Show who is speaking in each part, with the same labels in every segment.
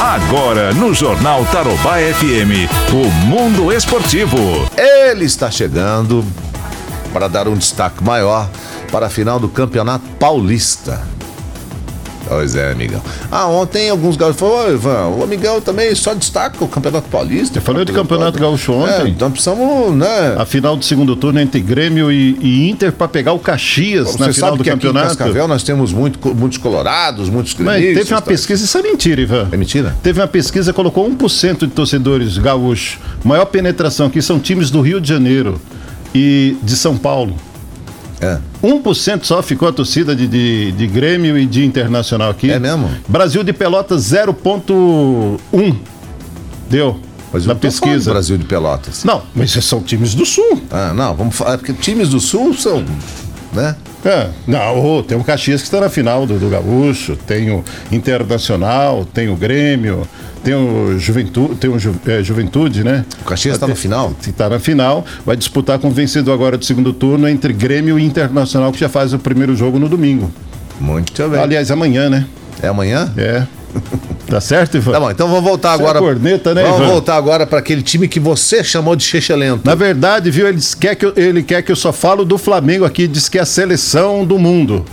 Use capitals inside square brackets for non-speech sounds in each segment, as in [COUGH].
Speaker 1: agora no Jornal Tarobá FM, o Mundo Esportivo.
Speaker 2: Ele está chegando para dar um destaque maior para a final do Campeonato Paulista. Pois é, amigão. Ah, ontem alguns galos falaram, ô Ivan, o amigão também só destaca o Campeonato Paulista.
Speaker 3: Eu falei do Campeonato Gaúcho
Speaker 2: É,
Speaker 3: ontem. Ah,
Speaker 2: então precisamos, né?
Speaker 3: A final do segundo turno entre Grêmio e, e Inter para pegar o Caxias na
Speaker 2: Você
Speaker 3: final
Speaker 2: sabe
Speaker 3: do
Speaker 2: que aqui em
Speaker 3: campeonato.
Speaker 2: Cascavel nós temos muito, co- muitos colorados, muitos
Speaker 3: Mas
Speaker 2: gremistas,
Speaker 3: teve uma
Speaker 2: tá?
Speaker 3: pesquisa, isso é mentira, Ivan.
Speaker 2: É mentira?
Speaker 3: Teve uma pesquisa, colocou 1% de torcedores gaúchos. Maior penetração aqui são times do Rio de Janeiro e de São Paulo.
Speaker 2: É.
Speaker 3: 1% só ficou a torcida de, de, de Grêmio e de Internacional aqui.
Speaker 2: É mesmo?
Speaker 3: Brasil de Pelotas 0.1. Deu.
Speaker 2: Mas eu
Speaker 3: na
Speaker 2: não tô falando do
Speaker 3: pesquisa.
Speaker 2: Brasil de Pelotas.
Speaker 3: Não, mas esses são times do Sul.
Speaker 2: Ah, não, vamos falar, porque times do Sul são, né?
Speaker 3: É, não, ô, tem o Caxias que está na final do, do Gaúcho, tem o Internacional, tem o Grêmio, tem o Juventude, tem o Ju- é, Juventude, né?
Speaker 2: O Caxias tá
Speaker 3: Até-
Speaker 2: na final?
Speaker 3: Que tá na final, vai disputar com o vencedor agora do segundo turno entre Grêmio e Internacional, que já faz o primeiro jogo no domingo.
Speaker 2: Muito bem.
Speaker 3: Aliás, amanhã, né?
Speaker 2: É amanhã?
Speaker 3: É. [LAUGHS] Tá certo, Ivan?
Speaker 2: Tá bom, então vamos voltar
Speaker 3: Você é
Speaker 2: agora.
Speaker 3: corneta, né,
Speaker 2: vamos
Speaker 3: Ivan?
Speaker 2: voltar agora para aquele time que você chamou de Chechelento.
Speaker 3: Na verdade, viu, ele diz- quer que eu, ele quer que eu só falo do Flamengo aqui, diz que é a seleção do mundo.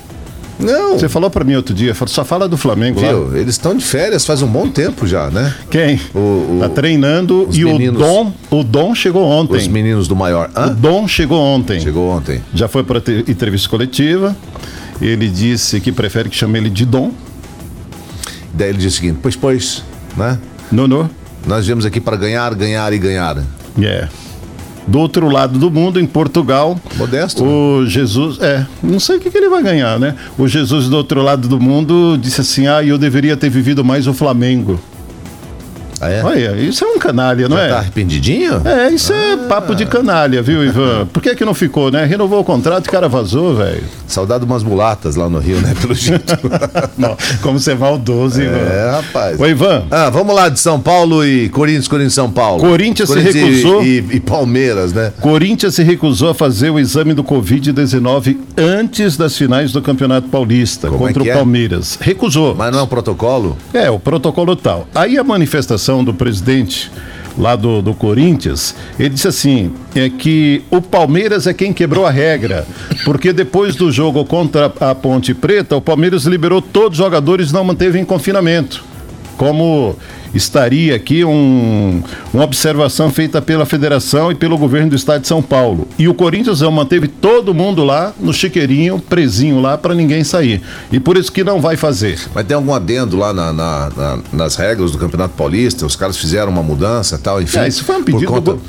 Speaker 2: Não,
Speaker 3: Você falou pra mim outro dia, falou, só fala do Flamengo lá.
Speaker 2: viu? Eles estão de férias faz um bom tempo já, né?
Speaker 3: Quem?
Speaker 2: O- o-
Speaker 3: tá treinando
Speaker 2: os
Speaker 3: e
Speaker 2: meninos.
Speaker 3: o Dom, o Dom chegou
Speaker 2: Os
Speaker 3: ontem.
Speaker 2: meninos do maior.
Speaker 3: O
Speaker 2: Hã?
Speaker 3: Dom chegou ontem.
Speaker 2: Chegou ontem.
Speaker 3: Já foi para entrevista coletiva. Ele disse que prefere que chame ele de Dom.
Speaker 2: Daí ele disse o seguinte: pois, pois, né?
Speaker 3: Nono.
Speaker 2: Nós viemos aqui para ganhar, ganhar e ganhar.
Speaker 3: É. Do outro lado do mundo, em Portugal,
Speaker 2: Modesto. né?
Speaker 3: o Jesus, é, não sei o que, que ele vai ganhar, né? O Jesus do outro lado do mundo disse assim: "Ah, eu deveria ter vivido mais o Flamengo".
Speaker 2: Ah, é?
Speaker 3: Olha, isso é um canalha, não
Speaker 2: Já
Speaker 3: é?
Speaker 2: tá arrependidinho?
Speaker 3: É, isso é
Speaker 2: Ah.
Speaker 3: papo de canalha, viu, Ivan? Por que que não ficou, né? Renovou o contrato, o cara vazou,
Speaker 2: [LAUGHS]
Speaker 3: velho.
Speaker 2: Saudade de umas mulatas lá no Rio, né?
Speaker 3: [LAUGHS]
Speaker 2: Pelo jeito.
Speaker 3: Não, Como você é maldoso, Ivan.
Speaker 2: é, rapaz.
Speaker 3: Ô, Ivan,
Speaker 2: Ah, vamos lá de São Paulo e Corinthians, Corinthians e São Paulo.
Speaker 3: Corinthians se
Speaker 2: e-
Speaker 3: recusou.
Speaker 2: E, e Palmeiras, né?
Speaker 3: Corinthians se recusou a fazer o exame do Covid-19 antes das finais do Campeonato Paulista
Speaker 2: Como é
Speaker 3: contra
Speaker 2: que
Speaker 3: o
Speaker 2: é?
Speaker 3: Palmeiras. Recusou.
Speaker 2: Mas não é um protocolo?
Speaker 3: É, o protocolo tal. Aí a manifestação do presidente lá do, do Corinthians, ele disse assim, é que o Palmeiras é quem quebrou a regra, porque depois do jogo contra a Ponte Preta, o Palmeiras liberou todos os jogadores e não manteve em confinamento. Como estaria aqui um- uma observação feita pela federação e pelo governo do estado de São Paulo. E o Corinthians não manteve todo mundo lá no chiqueirinho, presinho lá, para ninguém sair. E por isso que não vai fazer.
Speaker 2: Mas tem algum adendo lá na- na- na- nas regras do Campeonato Paulista? Os caras fizeram uma mudança e tal, enfim.
Speaker 3: É, isso foi um
Speaker 2: Por
Speaker 3: pedido do go-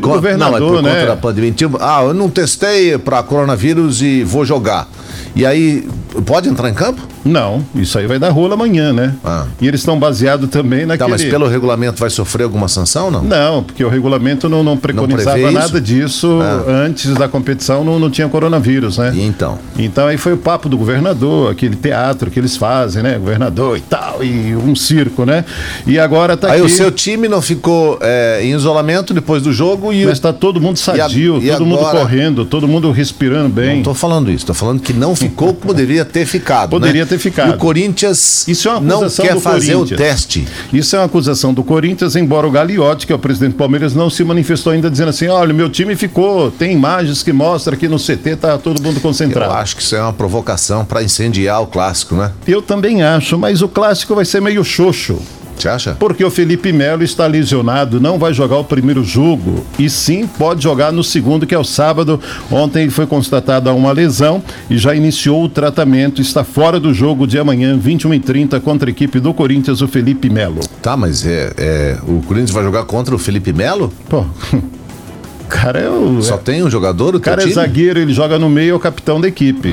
Speaker 2: por
Speaker 3: do
Speaker 2: conta-
Speaker 3: governador,
Speaker 2: não, mas por
Speaker 3: né?
Speaker 2: conta da pandemia. Tipo, ah, eu não testei para coronavírus e vou jogar. E aí, pode entrar em campo?
Speaker 3: Não, isso aí vai dar rola amanhã, né?
Speaker 2: Ah.
Speaker 3: E eles estão baseados também
Speaker 2: Tá,
Speaker 3: naquele...
Speaker 2: mas pelo regulamento vai sofrer alguma sanção, não?
Speaker 3: É Não, porque o regulamento não, não preconizava
Speaker 2: prevê
Speaker 3: nada
Speaker 2: isso?
Speaker 3: disso
Speaker 2: Ah.
Speaker 3: antes da competição, não, não tinha coronavírus, né?
Speaker 2: E então?
Speaker 3: Então aí foi o papo do governador, aquele teatro que eles fazem, né? Governador e tal, e um circo, né? E agora tá
Speaker 2: Aí
Speaker 3: aqui,
Speaker 2: o seu time não ficou é, em isolamento depois do jogo e.
Speaker 3: mas tá todo mundo sadio,
Speaker 2: e
Speaker 3: todo mundo
Speaker 2: agora?
Speaker 3: correndo, todo mundo respirando bem.
Speaker 2: Não tô falando isso, tô falando que não ficou como poderia ter ficado.
Speaker 3: Poderia
Speaker 2: né?
Speaker 3: ter ficado.
Speaker 2: E o Corinthians
Speaker 3: Isso é uma
Speaker 2: não
Speaker 3: acusação
Speaker 2: quer
Speaker 3: do
Speaker 2: fazer o
Speaker 3: Corinthians.
Speaker 2: teste.
Speaker 3: Isso é uma acusação do Corinthians, embora o Gagliotti, que é o presidente do Palmeiras, não se manifestou ainda dizendo assim, olha, meu time ficou, tem imagens que mostra que no CT tá todo mundo
Speaker 2: Eu
Speaker 3: concentrado.
Speaker 2: acho que isso é uma provocação para incendiar o clássico, né?
Speaker 3: Eu também acho, mas o clássico vai ser meio xoxo.
Speaker 2: Você acha?
Speaker 3: Porque o Felipe Melo está lesionado, não vai jogar o primeiro jogo. E sim, pode jogar no segundo, que é o sábado. Ontem foi constatada uma lesão e já iniciou o tratamento. Está fora do jogo de amanhã, 21h30, contra a equipe do Corinthians, o Felipe Melo.
Speaker 2: Tá, mas é, é, o Corinthians vai jogar contra o Felipe Melo?
Speaker 3: Pô, [LAUGHS] o cara é o.
Speaker 2: Só tem um jogador do
Speaker 3: O cara
Speaker 2: teu
Speaker 3: é
Speaker 2: time?
Speaker 3: zagueiro, ele joga no meio, é o capitão da equipe.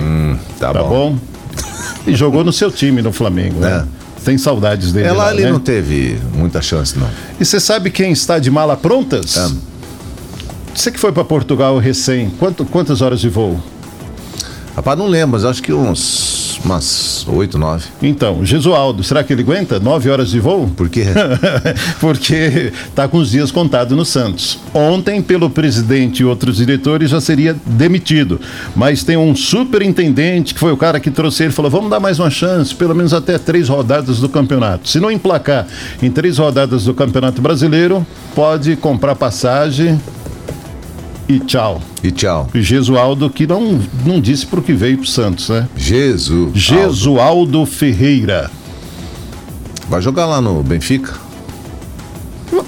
Speaker 2: Tá,
Speaker 3: tá
Speaker 2: bom.
Speaker 3: bom? E jogou no seu time no Flamengo, né? Tem saudades dele.
Speaker 2: É lá
Speaker 3: lá,
Speaker 2: ele
Speaker 3: né?
Speaker 2: não teve muita chance, não.
Speaker 3: E você sabe quem está de mala prontas?
Speaker 2: É.
Speaker 3: Você que foi para Portugal recém, quanto, quantas horas de voo?
Speaker 2: Rapaz, não lembro, mas acho que uns Umas oito, nove.
Speaker 3: Então, Gesualdo, será que ele aguenta nove horas de voo?
Speaker 2: Por quê?
Speaker 3: [LAUGHS] Porque está com os dias contados no Santos. Ontem, pelo presidente e outros diretores, já seria demitido. Mas tem um superintendente, que foi o cara que trouxe ele, falou: vamos dar mais uma chance, pelo menos até três rodadas do campeonato. Se não emplacar em três rodadas do Campeonato Brasileiro, pode comprar passagem e tchau.
Speaker 2: E tchau.
Speaker 3: Gesualdo, que não, não disse por que veio pro Santos, né?
Speaker 2: Jesus.
Speaker 3: Gesualdo Ferreira.
Speaker 2: Vai jogar lá no Benfica?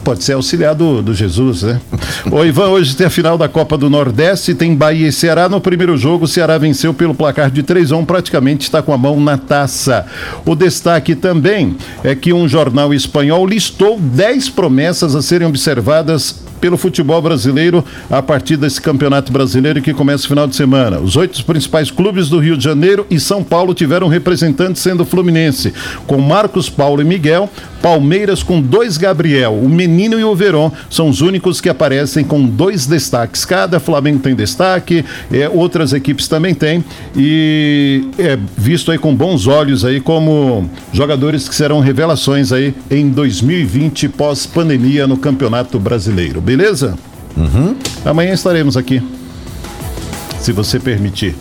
Speaker 3: Pode ser auxiliar do, do Jesus, né? Ô Ivan, hoje tem a final da Copa do Nordeste, tem Bahia e Ceará. No primeiro jogo, o Ceará venceu pelo placar de 3 a 1, praticamente está com a mão na taça. O destaque também é que um jornal espanhol listou 10 promessas a serem observadas pelo futebol brasileiro a partir desse campeonato brasileiro que começa o final de semana. Os oito principais clubes do Rio de Janeiro e São Paulo tiveram representantes sendo o Fluminense, com Marcos Paulo e Miguel, Palmeiras com dois Gabriel, o Menino e o Verón são os únicos que aparecem com dois destaques. Cada Flamengo tem destaque, é, outras equipes também têm e é visto aí com bons olhos aí como jogadores que serão revelações aí em 2020 pós pandemia no Campeonato Brasileiro. Beleza?
Speaker 2: Uhum.
Speaker 3: Amanhã estaremos aqui, se você permitir.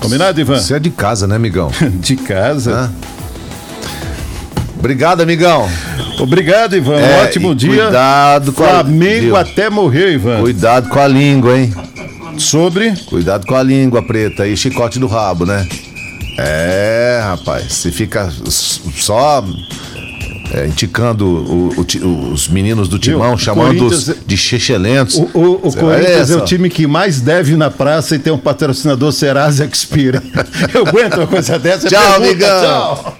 Speaker 3: Combinado,
Speaker 2: [LAUGHS]
Speaker 3: Ivan?
Speaker 2: Você é de casa, né, amigão?
Speaker 3: De casa.
Speaker 2: Hã? Obrigado, amigão.
Speaker 3: Obrigado, Ivan.
Speaker 2: É,
Speaker 3: um Ótimo
Speaker 2: e
Speaker 3: dia.
Speaker 2: Cuidado com a-
Speaker 3: Flamengo
Speaker 2: Deus.
Speaker 3: até morrer, Ivan.
Speaker 2: Cuidado com a língua, hein?
Speaker 3: Sobre
Speaker 2: Cuidado com a língua preta e chicote do rabo, né? É, rapaz, se fica s- só é, indicando o- o ti- os meninos do timão,
Speaker 3: Viu?
Speaker 2: chamando-os
Speaker 3: Corinthians-
Speaker 2: de chechelentos.
Speaker 3: O, o- o
Speaker 2: Cê- olha
Speaker 3: Corinthians é
Speaker 2: essa.
Speaker 3: o time que mais deve na praça e tem um patrocinador Serasa Expira. [LAUGHS] Eu aguento uma coisa dessa.
Speaker 2: Tchau,
Speaker 3: pergunta,
Speaker 2: amigão.
Speaker 3: Tchau.